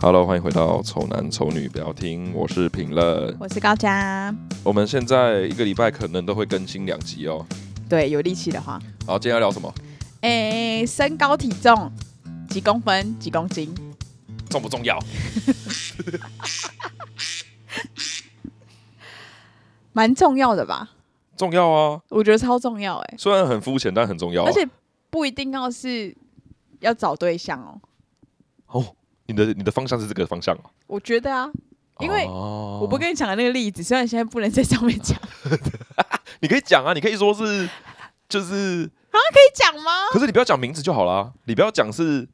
Hello，欢迎回到《丑男丑女》，不要听，我是评论。我是高嘉。我们现在一个礼拜可能都会更新两集哦。对，有力气的话，好，今天要聊什么？诶，身高体重几公分几公斤？重不重要？蛮重要的吧？重要啊！我觉得超重要哎、虽然很肤浅，但很重要、啊。而且不一定要是要找对象哦。哦，你的你的方向是这个方向啊、我觉得啊，因为哦我不跟你讲的那个例子，虽然现在不能在上面 讲，可你可以讲啊，你可以说是就是，以讲吗？可是你不要讲名字就好啦，你不要讲是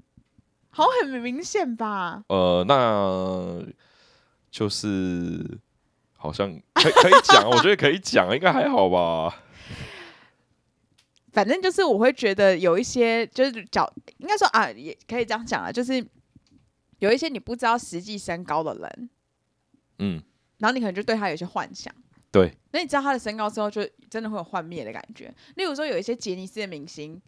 好，很明显吧？呃，那就是好像可以可以讲，啊我觉得可以讲，应该还好吧？反正就是我会觉得有一些就是脚，应该说啊，也可以这样讲啊，就是有一些你不知道实际身高的人，嗯，然后你可能就对他有一些幻想。对，那你知道他的身高之后，就真的会有幻灭的感觉。例如说，有一些杰尼斯的明星，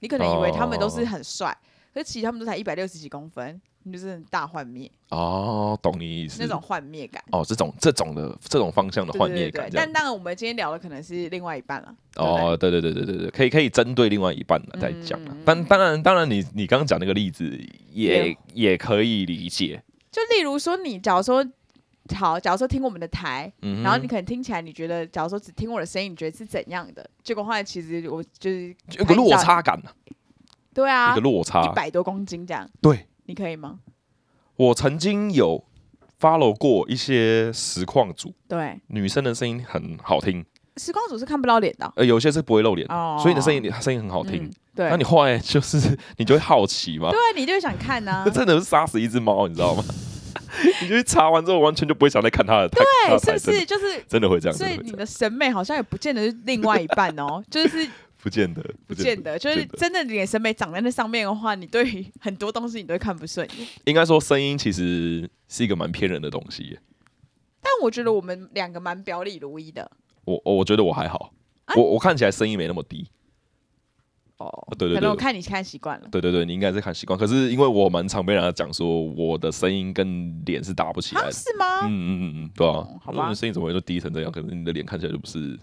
你可能以为他们都哦是很帅，可是其实他们都才一百六十几公分，你就是很大幻灭哦，懂你意思。那种幻灭感。哦，这种这种的这种方向的对幻对灭对对感，这样但当然，我们今天聊的可能是另外一半了。哦，对对对对对对，可以可以针对另外一半呢再嗯讲啊。但当然当然你，你刚刚讲那个例子也也也可以理解，就例如说，你假如说好，假如说听我们的台，嗯哼，然后你可能听起来你觉得，假如说只听我的声音，你觉得是怎样的？结果后来其实我就是有个落差感啊，对啊一个，落一差。百多公斤这样，对你可以吗？我曾经有 follow 过一些实况组，对，女生的声音很好听，时光组是看不到脸的哦、呃，有些是不会露脸的，哦所以你的声音声音很好听嗯。对，那你后来就是 你就会好奇嘛对，啊，你就会想看呐、 这真的是杀死一只猫，你知道吗？ 你就去查完之后，完全就不会想再看他的台，对，他的哎是台啊不真的是就是？真的会这样，所真的以会这你样，的审美好像也不见得是另外一半 哦，就是不见得，不见得，就是见得真的你的审美长在那上面的话，你对于很多东西你都会看不顺眼。应该说声音其实是一个蛮骗人的东西耶。但我觉得我们两个蛮表里如一的我我我觉得我还好，啊我我看起来声音没那么低。哦，对对可能我对看你看习惯了，对对对，你应该是看习惯。可是因为我蛮常被人家讲说我的声音跟脸是搭不起来啊，的。是吗？嗯嗯嗯嗯，对啊哦，好我吧说你声音怎么会就低成这样？可是你的脸看起来就不是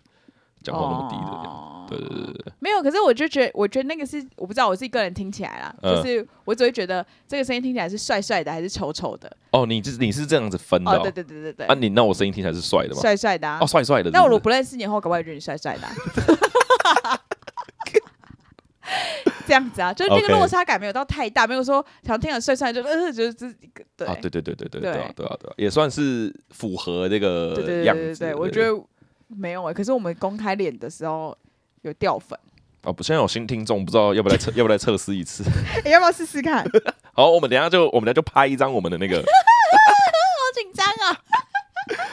讲话那么低的这样。哦对对对对对，没有，可是我就觉得，我觉得那个是我不知道，我自己个人听起来啦，嗯就是我只会觉得这个声音听起来是帅帅的还是丑丑的。哦，你这你是这样子分的哦，哦、对对对对啊，对，你那我声音听起来是帅的吗？帅帅的啊哦，。帅帅的。那我如果不不认识你的话，搞不好也觉得你帅帅的啊、啊 这样子啊，就是那个 OK 落差感没有到太大，没有说想听很帅帅就呃，就是这一个对啊，对对对对对对啊对对啊对啊，对啊也算是符合这个对对对呃样对对子。对，我觉得没有哎、可是我们公开脸的时候有掉粉，啊，不，现在有新听众，不知道要不要来测， 要不要来测试一次。 你要不要试试看？ 好好，我们等一下就我们等一下就拍一张我们的那 个紧张啊，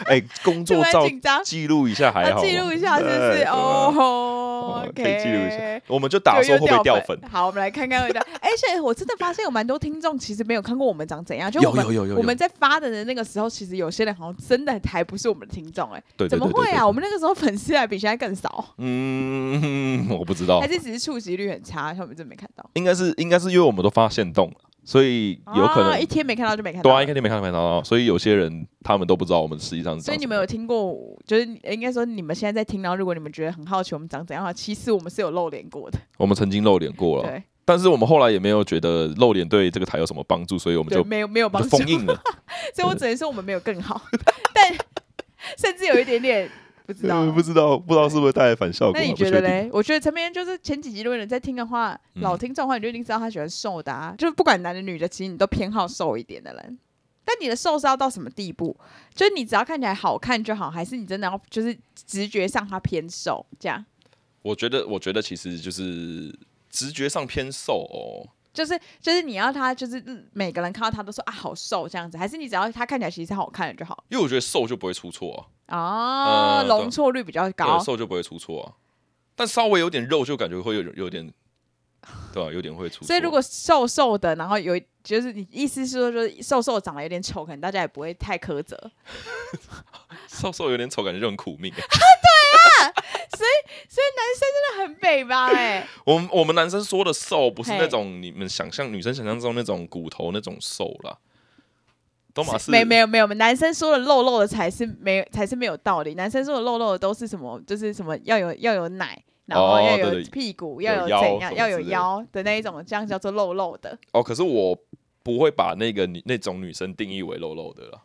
哎、工突作然照紧张，记录一下还好要吗，啊记录一下是不对是？，哦哦 ，OK，可以记录一下。我们就打说会不会掉粉，好，我们来看看会掉。而且我真的发现有蛮多听众其实没有看过我们长怎样，就有我们有有有有我们在发的那个时候，其实有些人好像真的还不是我们的听众哎、对对对怎么会对对啊？我们那个时候粉丝还比现在更少，嗯，我不知道还，是只是触及率很差，他们真没看到。应该是应该是因为我们都发现动了，所以有可能、啊、一天没看到就没看对到啊，。应该你没看到没看到，所以有些人他们都不知道我们实际上是所长以你什么们有听过，就是应该说你们现在在听，然后如果你们觉得很好奇我们长怎样的话，其实我们是有露脸过的，我们曾经露脸过了，对，但是我们后来也没有觉得露脸对这个台有什么帮助，所以我们对，就没有没有我帮们就助，封印了，所以我只能说我们没有更好， 但甚至有一点点不 知道嗯，不知道不知道是不是带来反效果，那你不确觉得定？嘞？我觉得陈明就是前几集如果你在听的话，嗯老听众的话，你就一定知道他喜欢瘦的、啊，就是不管男的女的，其实你都偏好瘦一点的人。但你的瘦是要到什么地步？就是你只要看起来好看就好，还是你真的要就是直觉上他偏瘦这样？我觉得，我觉得其实就是直觉上偏瘦哦。就是就是你要他就是嗯每个人看到他都说啊好瘦这样子，还是你只要他看起来其实是好看的就好因为我觉得瘦就不会出错哦，嗯容错率比较啊，高对，。瘦就不会出错啊。但稍微有点肉，就感觉会有有 点，对啊，有点会出错。所以如果瘦瘦的，然后有就是你意思是说就是瘦瘦长得有点丑，可能大家也不会太苛责。瘦瘦有点丑，感觉就很苦命。 很北吧哎、我们我们男生说的瘦，不是嘿那种你们想象女生想象中那种骨头那种瘦啦，都马是没没有没有，男生说的肉肉的才是没才是没有道理，男生说的肉肉的都是什么，就是什么要有要有奶，然后哦要对有对屁股，有要腰怎什样，么要有之类的腰的那一种，这样叫做肉肉的。哦，可是我不会把那个女那种女生定义为肉肉的啦，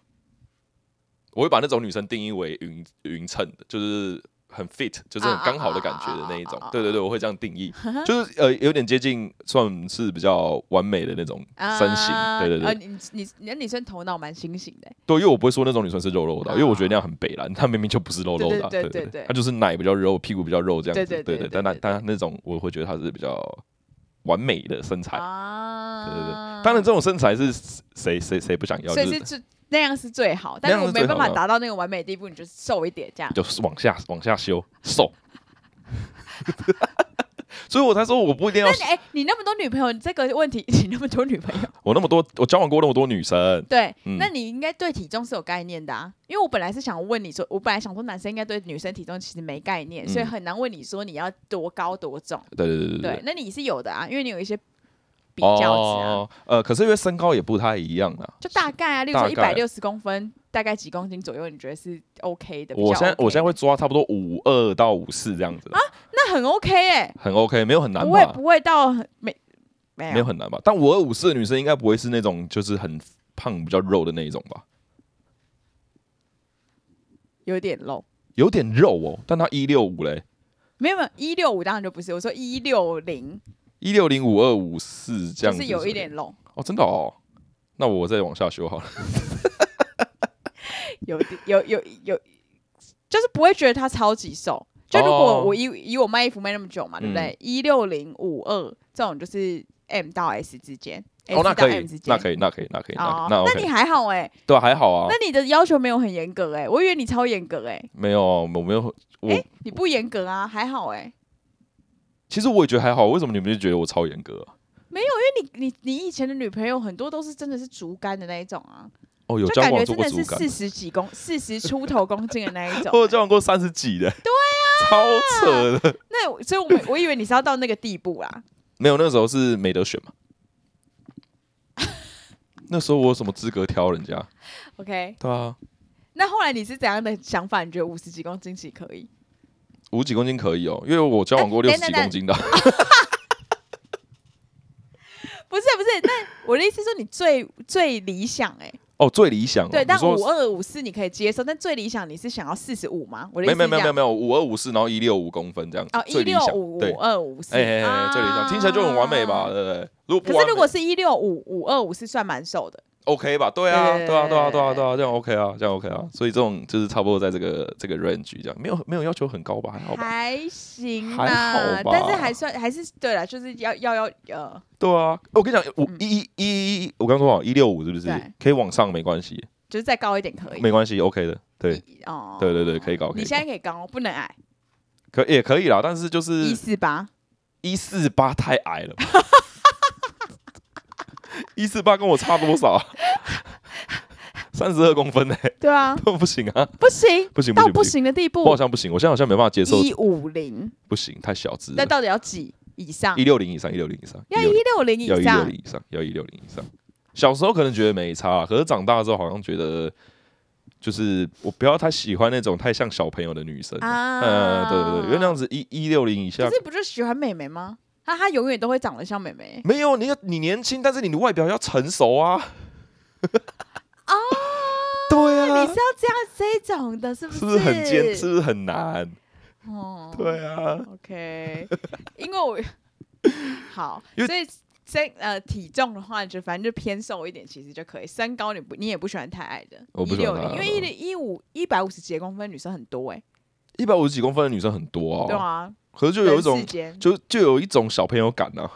我会把那种女生定义为匀匀称的，就是很 fit，就是很刚好的感觉的那一种啊啊啊啊啊啊啊。对对对，我会这样定义，就是呃有点接近算是比较完美的那种身形。啊对对呃，对，你你你的女生头脑蛮清醒的欸、对，因为我不会说那种女生是肉肉的啊，啊因为我觉得那样很北蓝，她明明就不是肉肉的啊。对对对对对对对，她就是奶比较肉，屁股比较肉这样对子。对对对，对对但那对但那种我会觉得她是比较完美的身材。啊，对对对，当然这种身材是谁谁谁不想要，所就以是是最那样是最好，那但样是我是没最办好法的达到那个完美的地步，你就瘦一点这样。就是往下往下修瘦， 所以我才说我不一定要那你哎、你那么多女朋友，这个问题， 你那么多女朋友，我那么多，我交往过那么多女生，对，嗯那你应该对体重是有概念的啊。因为我本来是想问你说，我本来想说男生应该对女生体重其实没概念，嗯所以很难问你说你要多高多重。对对对对对对，，那你是有的啊，因为你有一些比较值啊，哦，呃，可是因为身高也不太一样啊。就大概啊，例如说一大百概六十公分，大概几公斤左右，你觉得是 OK 的？比较我现在 OK 我现在会抓差不多五二到五四这样子，那很 OK 哎、很 OK，没有很难不会啊吧？不会到很没没有没有很难吧？但五二五四的女生应该不会是那种就是很胖比较肉的那一种吧？有点 low。有点肉哦，但她一六五嘞，没有没有，一六五当然就不是，我说一六零一六零五二五四这就样子，是有一点 low，哦，真的哦，那我再往下修好了。有一点有有有，就是不会觉得他超级瘦。就如果哦嗯我以、以我卖衣服卖那么久嘛，对不对？一六零五二这种就是 M 到 S 之间哦， ，S 那哎到可以 M 之，间，那可以，那可以，那可以，那哦，那你 OK，还好哎、对啊，还好啊那，你的要求没有很严格哎、我以为你超严格哎、没有，我没有，我你不严格啊，还好哎、其实我也觉得还好，为什么你们就觉得我超严格啊？因为你你你以前的女朋友很多都是真的是竹竿的那一种啊，哦，有就交感觉往做过真的主是感，四十几公四十出头公斤的那 一种、欸我有交往过三十几的，对 啊，超扯的。那我所以我们，我以为你是要到那个地步啦。 没有，那时候是没得选嘛。那时候我有什么资格挑人家？ OK，对啊，那后来你是怎样的想法？你觉得五十几公斤起可以？五几公斤可以哦，因为我交往过哎六等十等几公斤的，不是不是，那我的意思说你最最理想哎、哦，最理想哦。对，但你说五二五四你可以接受，但最理想你是想要四十五吗？我的意没思有是没有没有这没有样没有五二五四，然后一六五公分这样，哦，一最理六想五对五二五四，哎哎哎，最理想，听起来就很完美吧？啊？对不对？如果不可完是美如果是一六五五二五是算蛮瘦的， OK 吧？对啊，对对啊，对啊，对对啊，对啊，这样 OK 啊，这样 OK 啊。所以这种就是差不多在这个这个 range 这样，没有没有要求很高吧？还好吧？还行还啦好，吧但是还算还是对了，就是要要要呃，对啊，我跟你讲，我嗯一一一，我刚说好一六五是不是对？可以往上没关系，就是再高一点可以。没关系，OK 的。对一哦对对对，可以搞，可你以现搞在可以高，不能矮，可也可以啦，但是就一是四八。一四八太矮了吧。一四八跟我差多少啊？三十二公分呢、对啊，都不行啊！不行，不行不到行不不行，行的地我好步，像不行，我现在好像没办法接受，一五零，不行，太小只了。那到底要几以上一？六零以上，一六零以上，啊要160一六要零以一六上零以上，要一六零以上。小时候可能觉得没差啦，可是长大之后好像觉得，就是我不要太喜欢那种太像小朋友的女生。嗯，啊？对对对，因为那样子一一六零以下可是不就喜欢美眉吗？她她永远都会长得像美眉没有你要你年轻，但是你的外表要成熟啊。啊？ 对你啊是，要这样这种的，是不是不是很坚？是不是很难？哦，对啊， ，OK，因为我好，因为所以。身呃体重的话，就反正就偏瘦一点，其实就可以。身高你不你也不喜欢太矮的，我一不喜六欢太零，矮因为一零一五一百五十几公分女生很多哎、一百五十几公分的女生很多对哦，啊，可是就有一人种世间就就有一种小朋友感啊。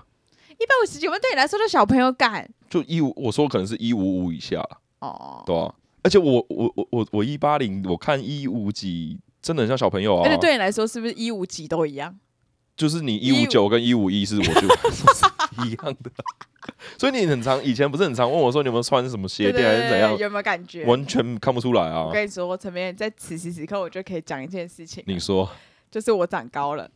一百五十九分对你来说就小朋友感就一五，我说可能是一五五以下啦哦，对啊，而且我我我我我一八零，我看一五几，真的很像小朋友啊。而且哎对你来说是不是一五几都一样？就是你一五九跟一五一是我就 是一样的。 所以你很常以前不是很常问我说你有没有穿什么鞋对垫还是怎样，有没有感觉？完全看不出来啊我。跟你说，陈明在此时此刻我就可以讲一件事情，你说就是我长高了。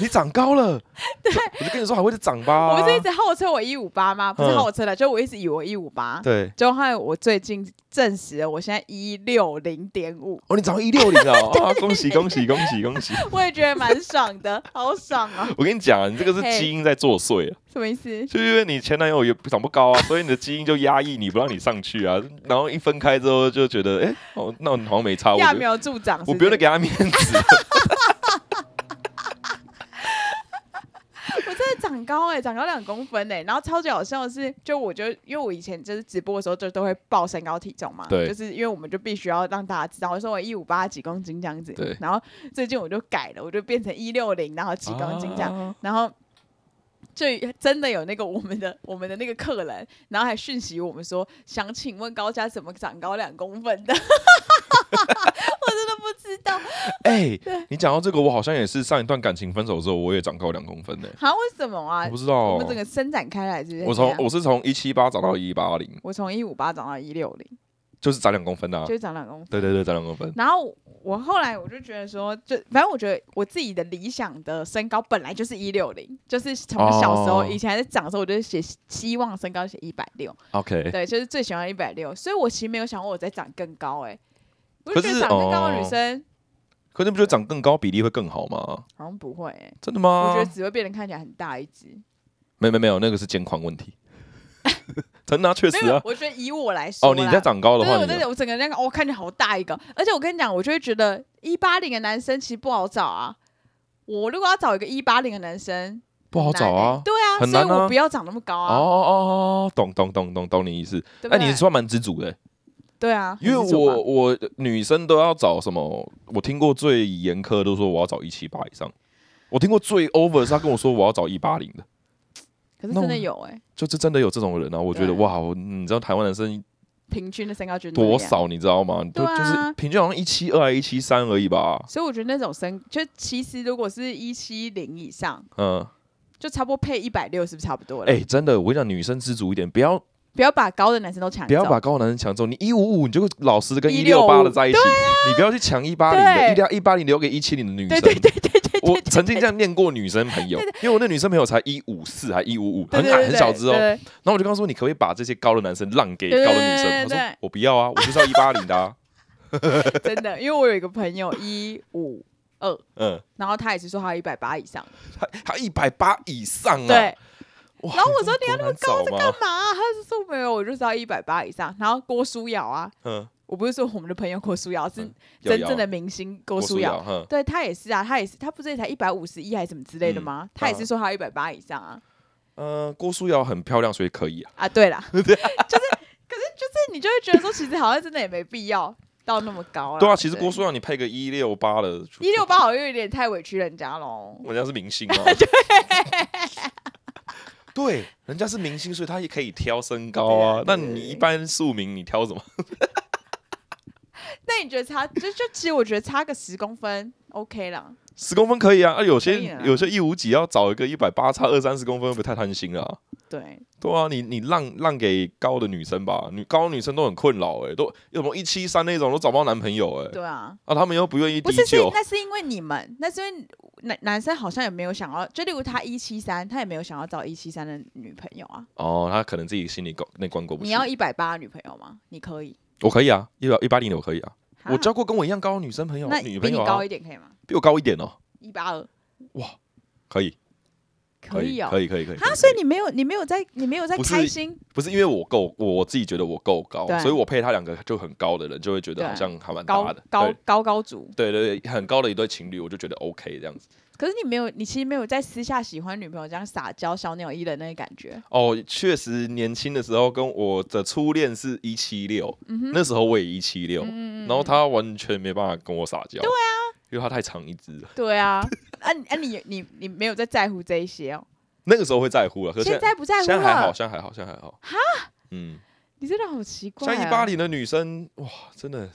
你长高 了，对，我就跟你说还会再长吧、我不是一直号称我一五八吗？不是啊嗯号称了，就我一直以为我一五八，对，就害我最近证实了，我现在一六零点五，哦，你长到一六零了， 哇，恭喜恭喜恭喜恭喜！我也觉得蛮爽的，好爽 啊！我跟你讲啊，你这个是嘿基因在作祟啊，什么意思？就是因为你前男友也长不 高啊，所以你的基因就压抑你，不让你上去啊。然后一分开之后就觉得，哎、哦，那我好像没差，我揠就苗助长是我是不用再给他面子。 我真的长高哎、长高两公分哎、然后超级好笑的是，就我就因为我以前就是直播的时候就都会报身高体重嘛，对就是因为我们就必须要让大家知道，我说我一五八几公斤这样子，对然后最近我就改了，我就变成一六零，然后几公斤这样，啊然后。就真的有那个我们的我们的那个客人，然后还讯息我们说，想请问高家怎么长高两公分的？我 真的不知道， 哎、你讲到这个，我好像也是上一段感情分手之后，我也长高两公分呢、好、为什么啊我？不知道我哦、们整个伸展开来是不是？我怎从样我是从一七八长到一八零，我从一五八长到一六零，就是长两公分啊就。是长两公分。对对对，长两公分。然后我后来我就觉得说，就反正我觉得我自己的理想的身高本来就是一六零，就是从小时候哦以前还在长的时候，我就写希望身高写一百六， OK，对，就是最喜欢一百六，所以我其实没有想过我在长更高哎、我就可觉得是长更高的女哦生可是你不觉得长更高比例会更好吗？好像不会、欸，真的我吗觉？得只会变得看起来很大一只。没没没有，那个是肩宽问 题。真的啊、确没实有啊，。我觉得以我来说哦，啦，你在长高的对，话，我你在我整个那个，我看起来好大一个，而且我跟你讲，我就会觉得一八零的男生其实不好找啊。我如果要找一个一八零的男生，不好很难找欸啊。对啊，很难所以我啊不要长那么高哦啊，哦哦，哦懂懂懂懂懂你意思。对不那对？你算蛮知足的欸、对啊，因为很知足嘛我我女生都要找什么？我听过最严苛都说我要找一七八以上，我听过最 over 是他跟我说我要找一八零的，可是那真的我有哎，就这真的有这种人啊！我觉得对哇，我你知道台湾男生平均的身高就那多样？少你知道吗？就对啊就是平均好像一七二还啊一七三而已吧，所以我觉得那种身，就其实如果是一七零以上，嗯，就差不多配一百六，是不是差不多了？哎，真的，我跟你讲，女生知足一点，不要不要把高的男生都抢不要把走。高的男生抢走，你一五五你就老实的跟一六八165的在一起，你不要去抢一八零的，一定要一八零留给一七零的女对生。对对对 对对，我曾经这样念过女生朋友，因为我那女生朋友才一五四还一五五，对很对矮对很对小只哦。对然后我就跟她说，你可不可以把这些高的男生让给对高的女对对生？她对说我不要啊，我就是要一八零的 啊。真的，因为我有一个朋友一五二，嗯，然后他也是说他一百八以上。她她一百八以上啊。对，哇，然后我说你要那么高在干嘛、他就说没有，我就是要一百八以上。然后郭书瑶啊，嗯，我不是说我们的朋友郭书瑶是嗯真瑶正的明星郭郭书书瑶，瑶，嗯，对他也是啊，他也是，他不是也才一百五十一还是什么之类的吗？他也是说他一百八以上啊。呃，郭书瑶很漂亮，所以可以啊。啊，对啦，就是，可是就是你就会觉得说，其实好像真的也没必要到那么高了。对啊，其实郭书瑶你配个一六八的，一六八好像有点太委屈人家喽。人家是明星啊。对，人家是明星，所以他也可以挑身高啊。对那啊对对你对一般庶民，你挑什么？那你觉得差就就其实我觉得差个十公分 OK 啦。十公分可以啊，啊有可以啦些有些一五几要找一个一百八差二三十公分，会不会太贪心了啊、对，对啊，你你让让给高的女生吧，女高的女生都很困扰哎、都有什么一七三那种都找不到男朋友哎、对啊。啊，他们又不愿意不低是，是就，那是因为你们，那是因为男男生好像也没有想要，就例如嗯他一七三，他也没有想要找一七三的女朋友啊。哦，他可能自己心里过那关过不去。你要一百八的女朋友吗？你可以，我可以啊，一百一八零的我可以啊，哈我交过跟我一样高的女生朋友，那女比朋你友、高啊、一点可以吗？比我高一点哦、一八二哇，可以，以哦。可以，可以，可以。可啊，所以你没有，你没有在，你没有在不是开心，不是因为我够，我我自己觉得我够高对，所以我配他两个就很高的人，就会觉对得好像还蛮搭高的，高对高高族。对对对，很高的一对情侣，我就觉得 OK 这样子。可是你没有，你其实没有在私下喜欢女朋友这样撒娇、小鸟依人那个感觉。哦，确实年轻的时候跟我的初恋是一七六，嗯那时候我也一七六，然后他完全没办法跟我撒娇。对啊，因为他太长一只了。对啊，啊你啊你你你没有在在乎这一些哦，那个时候会在乎了，可是现在不在乎现在还好，了。现在还好，现在还好。哈，嗯，你真的好奇怪、像啊。一八零的女生，哇，真的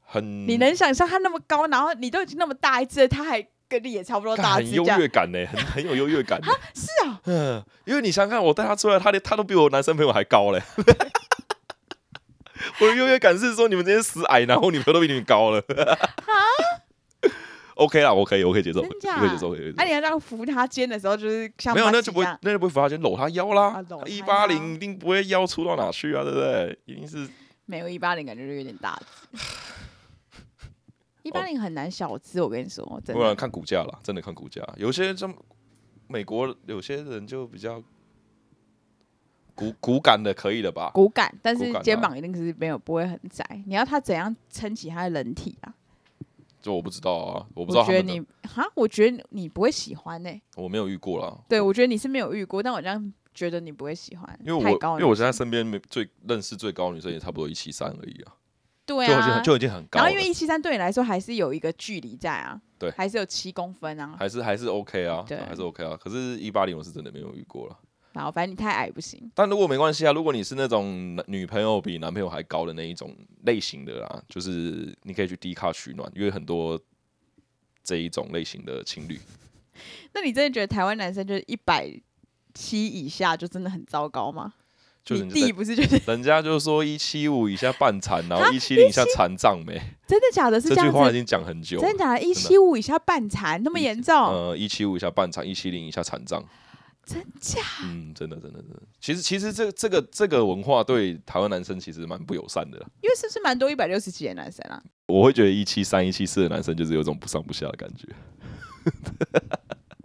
很你能想象他那么高，然后你都已经那么大一只了，他还跟你也差不多干大很只这优样，越感呢、很很有优越感、欸。是啊， 嗯，因为你想想看，我带他出来，他连他都比我男生朋友还高嘞。 我的优越感是说，你们这些死矮男，我女朋友都比你们高了。 OK 啦，我可以，我可以接受，我啊真假可以接受，我可以接那、受。啊你要让扶他肩的时候，就是像没有，马那吉就不会这样，那就不会扶他肩，搂他腰啊啦搂。他一八腰零一定不会腰粗到哪去啊，对不对？一定是没有一八零，感觉就有点大只。一八零很难小资，我跟你说，真不然的。看股价啦，真的看股价。有些这么美国有些人就比较骨骨感的，可以了吧？骨感，但骨是感啊肩膀一定是没有不会很窄。你要他怎样撑起他的人体啊？就我不知道啊，我我不知道他觉得们的你哈，我觉得你不会喜欢呢、我没有遇过啦。对，我觉得你是没有遇过，但我这样觉得你不会喜欢，因为太我高因了。为我现在身边没最认识最高的女生也差不多一七三而已啊，对就已经啊很，就已经很高然了后因，为一七三对你来说还是有一个距离在啊，对还是有七公分啊。还是还是 OK 啊，对还是 OK 啊。可是，一八零我是真的没有遇过了。然后反正你太矮不行，但如果没关系啊，如果你是那种男女朋友比男朋友还高的那一种类型的啦，就是你可以去低卡取暖，因为很多这一种类型的情侣，那你真的觉得台湾男生就是一百七以下就真的很糟糕吗？就是你你弟在不 是就是人家就说一七五以下半残，然后啊一七零以下残障没，真的假的？是这这句样话已子？经讲很久了真的。假的？一七五以下半残那么严重？呃，一七五以下半残，一七零以下残障，哦真假？嗯，真的，真的，真的。其实，其实这这个这个文化对台湾男生其实蛮不友善的啦。因为是不是蛮多一百六十几的男生 啊？我会觉得一七三、一七四的男生就是有种不上不下的感觉。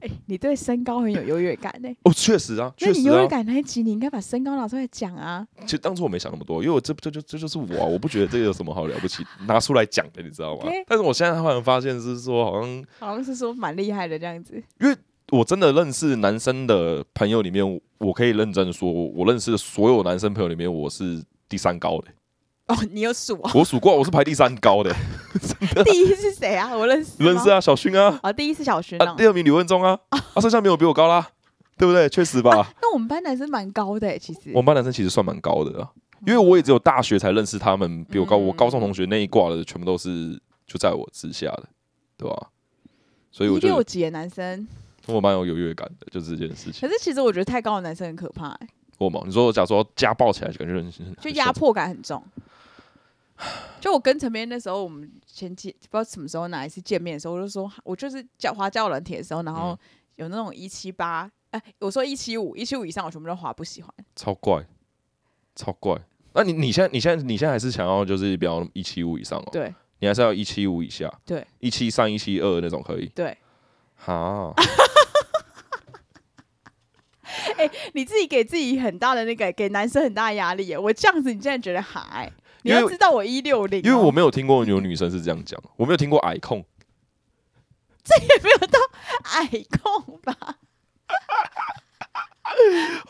哎、你对身高很有优越感呢、哦，确实啊，那 确你实优越啊。感那一集，你应该把身高拿出来讲啊！其实当初我没想那么多，因为我这这就这就是我啊，我不觉得这个有什么好了不起拿出来讲的，你知道吗 OK？但是我现在突然发现是说，好像好像是说蛮厉害的这样子，我真的认识男生的朋友里面，我我可以认真说，我认识的所有男生朋友里面，我是第三高的。哦，你有数 哦？我数过，我是排第三高的，第一是谁啊？我认识，认识。啊，小勋啊，哦，第一是小学啊，长。第二名李文忠啊，哦啊，剩下没有比我高 啦，对不对？确实吧，那我们班男生蛮高的、欸，其实我们班男生其实算蛮高的啊，因为我也只有大学才认识他们比我高，嗯我高中同学那一挂的全部都是就在我之下的，对吧？所以我一觉六得几的男生，我蛮有优越感的，就是这件事情。可是其实我觉得太高的男生很可怕、欸，我嘛，你说我假如说家暴起来，感觉很就压，迫感很重。就我跟陈明那时候，我们前几不知道什么时候哪一次见面的时候，我就说，我就是叫滑交友软体的时候，然后嗯有那种一七八，哎，我说一七五，一七五以上我全部都滑不喜欢。超怪，超怪。那你你现在你现在你现在还是想要就是比较一七五以上哦？对你还是要一七五以下，对，一七三、一七二那种可以。对，哈，你自己给自己很大的那个，给男生很大的压力耶。我这样子，你竟然觉得还、 你因为要知道我一六零，哦因为我没有听过有女生是这样讲，我没有听过矮控，矮控吧，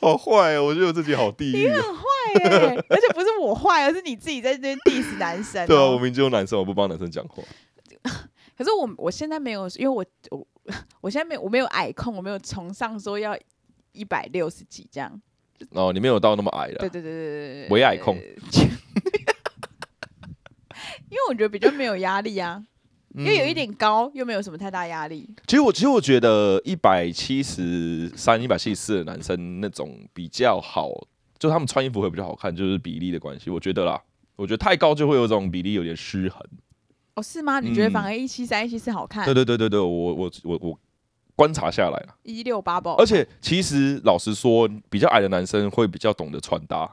好坏、哦，我觉得我自己好地狱、哦。很坏耶、而且不是我坏，而是你自己在这边 diss 男生、哦对啊，我明知道男生，我不帮男生讲话。可是我我现在没有，因为我我我现在没有我没有矮控，我没有崇尚说要一百六十几这样。哦，你没有到那么矮对的，对对对对对，微矮控呃。因为我觉得比较没有压力啊，因因为有一。点高又没有什么太大压力。其实我其实我觉得一百七十三、一百七十四的男生那种比较好，就他们穿衣服会比较好看，就是比例的关系，我觉得啦。我觉得太高就会有种比例有点失衡。哦，是吗？你觉得嗯反而一七三、一七四好看对，对对对对，我我我我观察下来了。一六八不好看？而且其实老实说，比较矮的男生会比较懂得穿搭，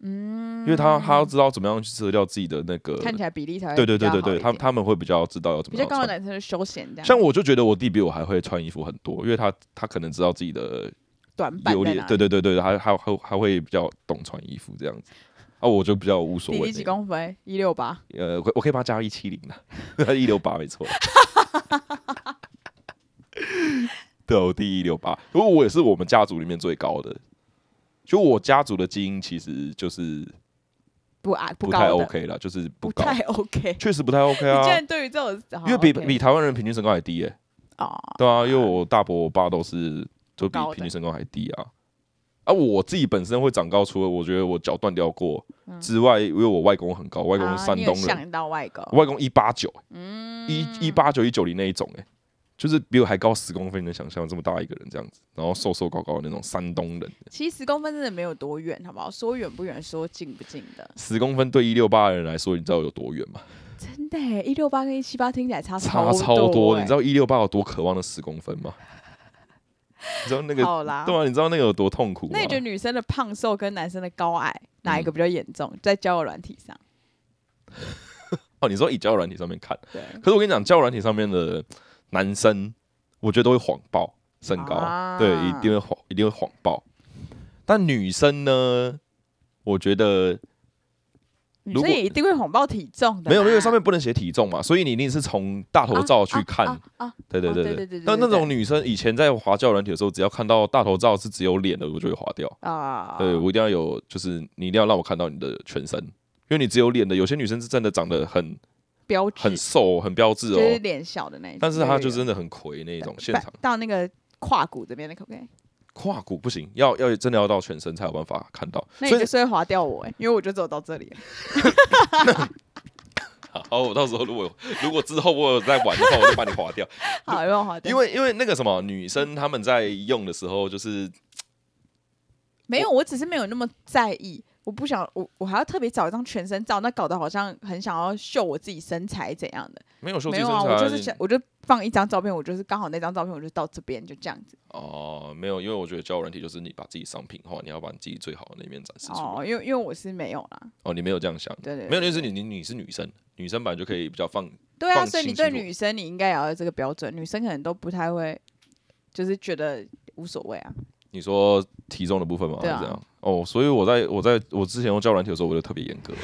嗯因为他他要知道怎么样去遮掉自己的那个。看起来比例才会对对对对比较好一对，他点他们会比较知道要怎比么较样高穿。的男生就休闲这样，像我就觉得我弟比我还会穿衣服很多，因为他他可能知道自己的短板优在劣哪，里对对对对，还还还还会比较懂穿衣服这样子。啊，我就比较无所弟谓弟几那个。公分？一六八。呃，我我可以把他加到一七零的， 一六八没错。对，啊我弟一六八，因为我也是我们家族里面最高的。就我家族的基因其实就是不矮不高的太 OK 了，就是不不高，太 OK。确实不太 OK 你竟啊然。对于这种，好因为比 OK 比台湾人平均身高还低耶、哦，对啊，因为我大伯、我爸都是就比高的平均身高还低啊。啊，我自己本身会长高，除了我觉得我脚断掉过嗯之外，因为我外公很高，外公是啊山你有东人，想到外公，我外公一八九，哦嗯，一一八九一九零那一种、欸，就是比我还高十公分，你能想象这么大一个人这样子，然后瘦瘦高高的那种山东人，其实十公分真的没有多远，好不好？说远不远，说近不近的，十公分对一六八的人来说，你知道有多远吗？真的耶，一六八跟一七八听起来差差超超欸多的。耶你知道一六八有多渴望那十公分吗？ 你知道那个好啦，对啊，你知道那个有多痛苦吗那你？觉得女生的胖瘦跟男生的高矮嗯哪一个比较严重？在交友软体上，哦，你说以交友软体上面看，对，可是我跟你讲，交友软体上面的男生，我觉得都会谎报身高，啊对，一定会谎，一定会谎报。但女生呢，我觉得如女生果也一定会谎报体重的啦，没有，因为上面不能写体重嘛，所以你一定是从大头照去看。啊啊啊对对啊对对对对对但那对种女生以前在滑交友软体的时候，只要看到大头照是只有脸的，我就会划掉。啊，对我一定要有，就是你一定要让我看到你的全身，因为你只有脸的，有些女生是真的长得很标志很瘦、很标致就是哦，脸小的那一种，但是她就真是的很魁那一种，现场到那个胯骨这边的，可不可以？胯骨不行，要要真的要到全身才有办法看到。那所你以就是会划掉我哎，因为我就走到这里了，好，我到时候如果如果之后我有在玩的话，我就把你划 掉。好，让我划掉，因为因为那个什么女生她们在用的时候，就是没有，我只是没有那么在意。我不想，我我还要特别找一张全身照，那搞得好像很想要秀我自己身材怎样的。没有秀肌没身有材啊，啊，我就是想，我就放一张照片，我就是刚好那张照片，我就到这边就这样子。哦，没有，因为我觉得交友软体就是你把自己商品化，你要把你自己最好的那一面展示出来。哦，因为因为我是没有啦，哦，你没有这样想，对对对没有，就是你你你是女生，女生本来就可以比较放对啊，放所以你心对去做女生你应该也要有这个标准，女生可能都不太会，就是觉得无所谓啊。你说体重的部分吗？还对啊是这样？哦，所以我在我在我之前用教软体的时候，我就特别严格。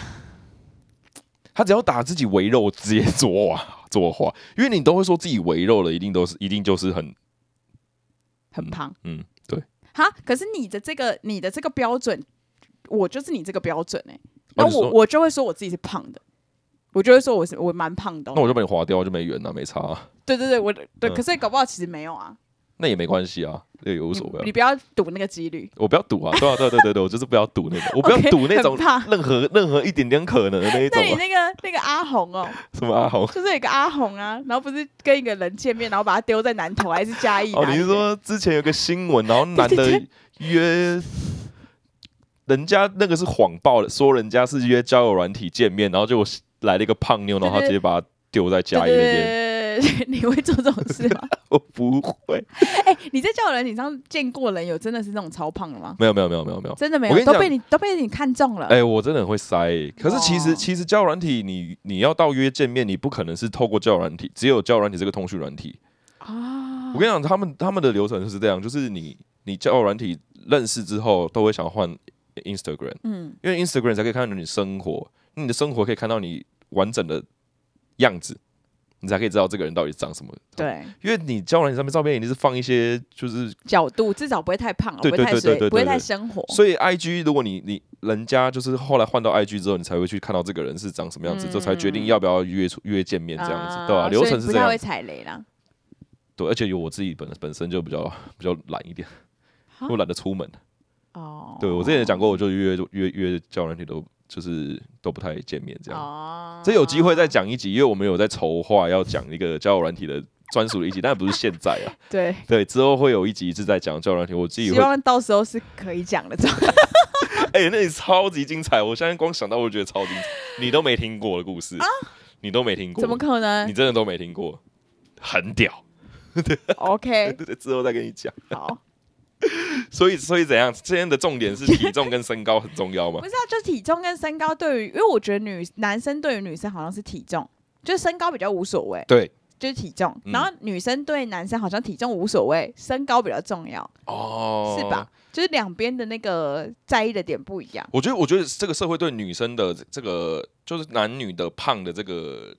他只要打自己围肉，直接作啊作画，因为你都会说自己围肉了，一定都是一定就是很很胖。嗯，对。哈，可是你的这个你的这个标准，我就是你这个标准哎、哦那你是我说我就会说我自己是胖的，我就会说我是我蛮胖的哦、那我就把你划掉，就没缘了、没差啊、对对对，我的对，嗯可是搞不好其实没有啊，那也没关系啊，那也无你所谓、你啊。不要赌那个几率。我不要赌啊，对啊，对啊对对对，我就是不要赌 那个，我不要 OK，赌那种很怕任何任何一点点可能的那一种那你啊，那个那个阿红哦，什么阿红。就是有一个阿红啊，然后不是跟一个人见面，然后把他丢在南头还是嘉义？哦，哪你里是说之前有个新闻，然后男对 的对约人家那个是谎报的，说人家是约交友软体见面，然后结果来了一个胖妞，然后他对对直接把他丢在对家里对那对边。对对对，你会做这种事吗？我不会，哎、你在交友软体上见过人有真的是那种超胖的吗？没有没有没有没有没有。真的没我跟你有，都讲被你都被你看中了。哎、我真的很会塞、欸可是其实哇其实交友软体你，你要到约见面，你不可能是透过交友软体，只有交友软体这个通讯软体。啊我跟你讲，他们他们的流程是这样，就是你你交友软体认识之后，都会想要换 Instagram，嗯，因为 Instagram 才可以看到你的生活，你的生活可以看到你完整的样子，你才可以知道这个人到底长什么。，对，因为你交友软件上面照片一定是放一些，就是角度至少不会太胖了，对不会太对对对对水，不会对太对生活。所以 IG 如果你你人家就是后来换到 IG 之后，你才会去看到这个人是长什么样子，嗯之后才决定要不要约出约见面这样子，对吧、啊流所以程是不这太样会，踩雷啦。对，而且有我自己本本身就比较比较懒一点，哈因为我懒得出门。哦，对我之前也讲过，我就约约约交友软体都就是都不太见面这样。哦，这有机会再讲一集，因为我们有在筹划要讲一个交友软体的专属的一集，但不是现在啊，对，对，之后会有一集是在讲交友软体，我自己希会，望到时候是可以讲的。这样哎、那里超级精彩，我现在光想到我就觉得超精彩，你都没听过的故事，你都没听过，啊怎么可能你真的都没听过，很屌， ？OK，之后再跟你讲。好，所以，所以怎样？今天的重点是体重跟身高很重要吗不？是啊，就体重跟身高对于，因为我觉得女男生对于女生好像是体重，就是身高比较无所谓，对，就是体重，嗯然后女生对男生好像体重无所谓，身高比较重要，哦，是吧？？就是两边的那个在意的点不一样。我觉得，我觉得这个社会对女生的这个，就是男女的胖的这个，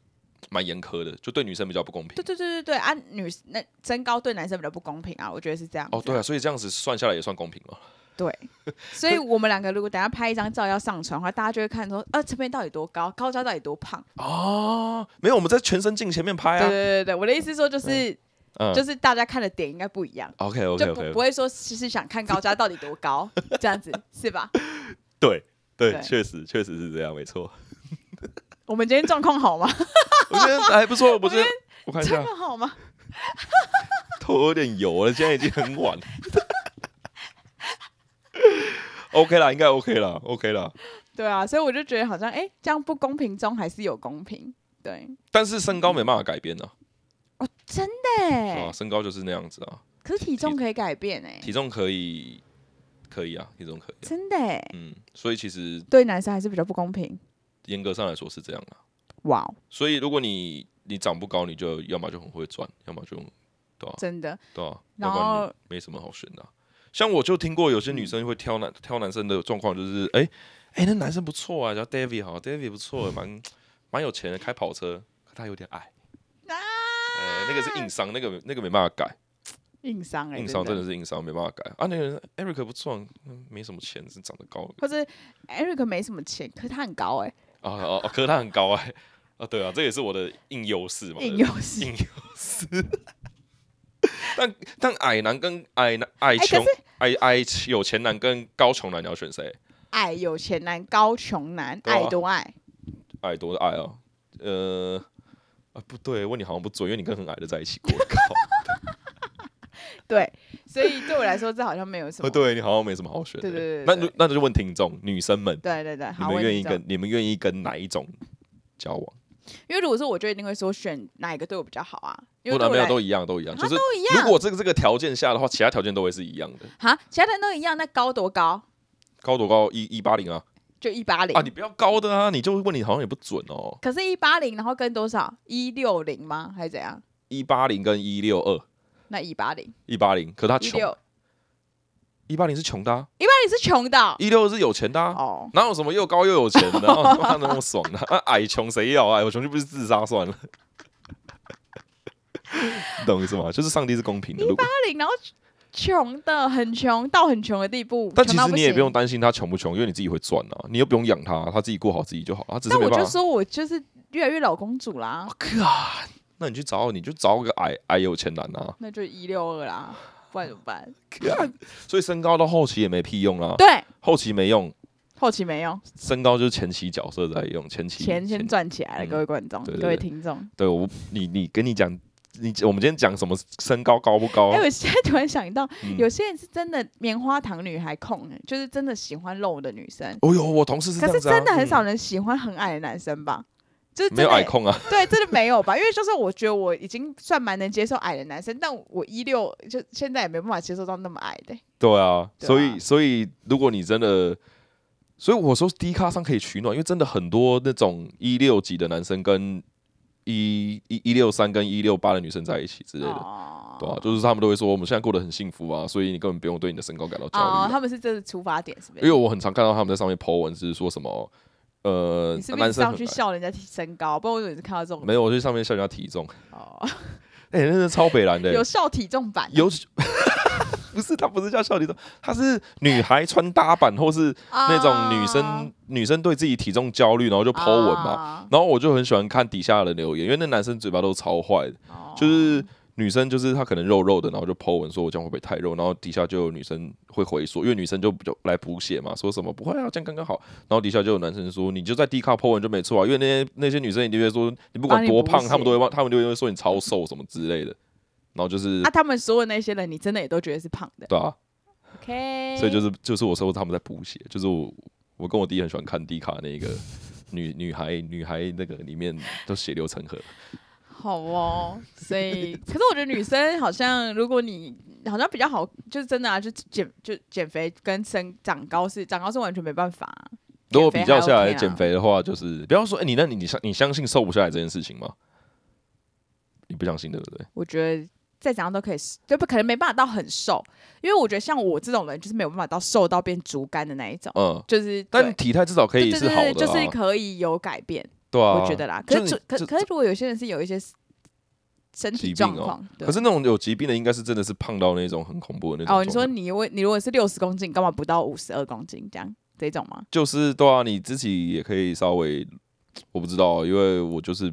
蛮严苛的，就对女生比较不公平对。对对对对，啊，女那身高对男生比较不公平啊，我觉得是这样子啊。哦，对啊，所以这样子算下来也算公平了。对，所以我们两个如果等一下拍一张照要上传的话，大家就会看说，呃，陈佩到底多高，高娇到底多胖。哦，没有，我们在全身镜前面拍啊。对对对对，我的意思是说就是、嗯就是大家看的点应该不一样。 ，OK OK 就不 OK，不会说其实想看高家到底多高这样子是吧？对对，对确实确实是这样，没错。我们今天状况好吗？我觉得还不 错，我觉得我看一状下，况好吗？头有点油了，现在已经很晚了。OK 啦，应该 OK 啦，OK 啦。对啊，所以我就觉得好像哎、诶这样不公平中还是有公平。对，但是身高没办法改变的、哦，真的啊，哎，身高就是那样子啊，可是体重可以改变哎，体重可以，可以啊，体重可以、啊，真的哎，嗯，所以其实对男生还是比较不公平。严格上来说是这样啊，哇哦，所以如果你你长不高，你就要么就很会赚，要么就对啊真的，对啊，然要后不然你没什么好选的啊、像我就听过有些女生会挑嗯男、挑男生的状况，就是哎哎、诶那男生不错啊，叫 David 好，David 不错，蛮蛮有钱的，开跑车，可他有点矮。呃，那个是硬伤，那个那个没办法改，硬伤哎，硬伤真的的。是硬伤，没办法改啊。那个人 Eric 不错，嗯没什么钱，是长得高或者 Eric 没什么钱，可是他很高哎，啊哦，哦可是他很高哎、啊，对啊，这也是我的硬优势嘛，对不硬对优 势。硬优势。但但矮男跟矮男矮哎可穷、矮矮有钱男跟高穷男，你要选谁？矮有钱男，高穷男，对啊矮多矮，矮多的矮啊？呃啊，不对，问你好像不准，因为你跟很矮的在一起 过。靠，对，所以对我来说这好像没有什 么。不哦对，你好像没什么好选的、对对对那对就那就问听众女生们，对对对，你好，们我愿意知道跟你们愿意跟哪一种交往？因为如果是我，就一定会说选哪一个对我比较好啊。因为不对然我没有来都一样，都一样，啊就是都一样如果这个这个条件下的话，其他条件都会是一样的。哈，其他人都一样，那高多高高多高一一八零啊就一八零啊，你不要高的啊，你就问你好像也不准哦。可是，一八零然后跟多少一六零吗？还是怎样？一八零跟一六二，那一八零一八零，可他一穷，六一八零是穷的、啊，一八零是穷的哦一六二是有钱的、啊。哦，哪有什么又高又有钱 的？哪有他妈那么爽的、啊？矮穷谁要啊？矮穷就不是自杀算了， 你懂我意思吗？就是上帝是公平的。如果八零然后穷的很穷到很穷的地步，但其穷到实你也行不用。担心他穷不穷，因为你自己会赚啊，你又不用养他，他自己过好自己就好。他只是但没我办就法。说我就是越来越老公主啦， God，那你去找你就找个矮矮有钱男啊。那就一六二啦，不然怎么办？ God 所以身高到后期也没屁用啦，啊对，后期没用，后期没用，身高就是前期角色在用，前期钱先赚起来了，嗯各位观众，对对各位对听众。对我，你你跟你讲，你我们今天讲什么身高高不高？啊哎、我现在突然想到，嗯有些人是真的棉花糖女孩控，欸就是真的喜欢肉的女生。哦呦，我同事是这可样是子、啊，真的很少嗯、人喜欢很矮的男生吧？就是真没有的欸矮控啊， 对，真的没有吧？因为就是我觉得我已经算蛮能接受矮的男生，但我一六就现在也没办法接受到那么矮的、对啊，对啊所以所以如果你真的，所以我说低咖上可以取暖，因为真的很多那种一六几的男生跟一一一六三跟一六八的女生在一起之类的。哦对啊，就是他们都会说我们现在过得很幸福啊，所以你根本不用对你的身高感到焦虑啊、哦，他们是这是出发点，是不因为是？我很常看到他们在上面 po 文，是说什么呃你是不男是生上很去矮笑人家身高？不然我怎么看到这种？没有，我去上面笑人家体重，哦，哎、那是超北蓝的、有笑体重版尤其 不是，它不是叫校体重，它是女孩穿搭版，或是啊那种女生、女生对自己体重焦虑，然后就 Po 文嘛。嘛，然后我就很喜欢看底下的留言，因为那男生嘴巴都超坏的，哦就是女生就是她可能肉肉的，然后就 Po 文说我这样会不会太肉，然后底下就有女生会回说，因为女生就就来补血嘛，说什么不会啊，这样刚刚好。然后底下就有男生说你就在 D 卡 Po 文就没错啊，因为那些那些女生一定会说你不管帮啊你多补胖，血他们都会帮，他们就会说你超瘦什么之类的。然后就是啊，他们所有那些人，你真的也都觉得是胖的对啊， ，OK？所以就是就是我说他们在补血，就是我我跟我弟很喜欢看迪卡那个女女孩女孩那个里面都血流成河，好哦，所以可是我觉得女生好像，如果你好像比较好，就是真的啊，就减就减肥跟身长高是长高是完全没办法啊、如果比较下来减肥减肥还 OK 啊的话，就是不要说哎、你那你你相你相信瘦不下来这件事情吗？你不相信对不对？我觉得再怎样都可以，就不可能没办法到很瘦，因为我觉得像我这种人就是没有办法到瘦到变竹竿的那一种，嗯，就是但哦对你体态至少可以对是对好对，的、就是啊，可以有改变，对啊，我觉得啦。就可是你就可就可是如果有些人是有一些身疾体病状哦况，对可是那种有疾病的，应该是真的是胖到那种很恐怖的那种状哦，态。你说你为你如果是六十公斤，你干嘛不到五十二公斤这样这种吗？就是对啊，你自己也可以稍微，我不知道，因为我就是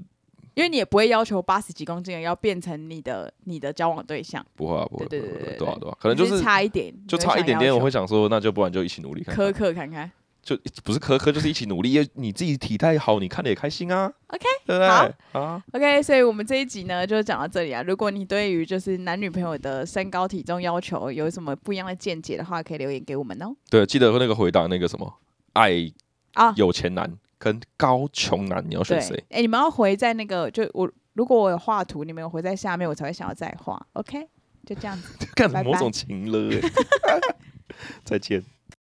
因为你也不会要求八十几公斤的要变成你的你的交往对象，不会啊，不会，对不会对不会对对啊对对啊，可能你就只是是差一点，就你差一想点点，要我求会想说，那就不然就一起努力看看苛刻看看。就不是苛刻，就是一起努力，因为你自己体态好，你看的也开心啊。 OK，对不对？啊， OK，所以我们这一集呢就讲到这里啊。如果你对于就是男女朋友的身高体重要求有什么不一样的见解的话，可以留言给我们哦。对，记得那个回答那个什么，爱啊，有钱男跟高穷男，你要对选谁？， 哎、你们要回在那个，就我如果我有画图，你们有回在下面，我才会想要再画。OK，就这样子。干拜拜 某种情了、欸，再见。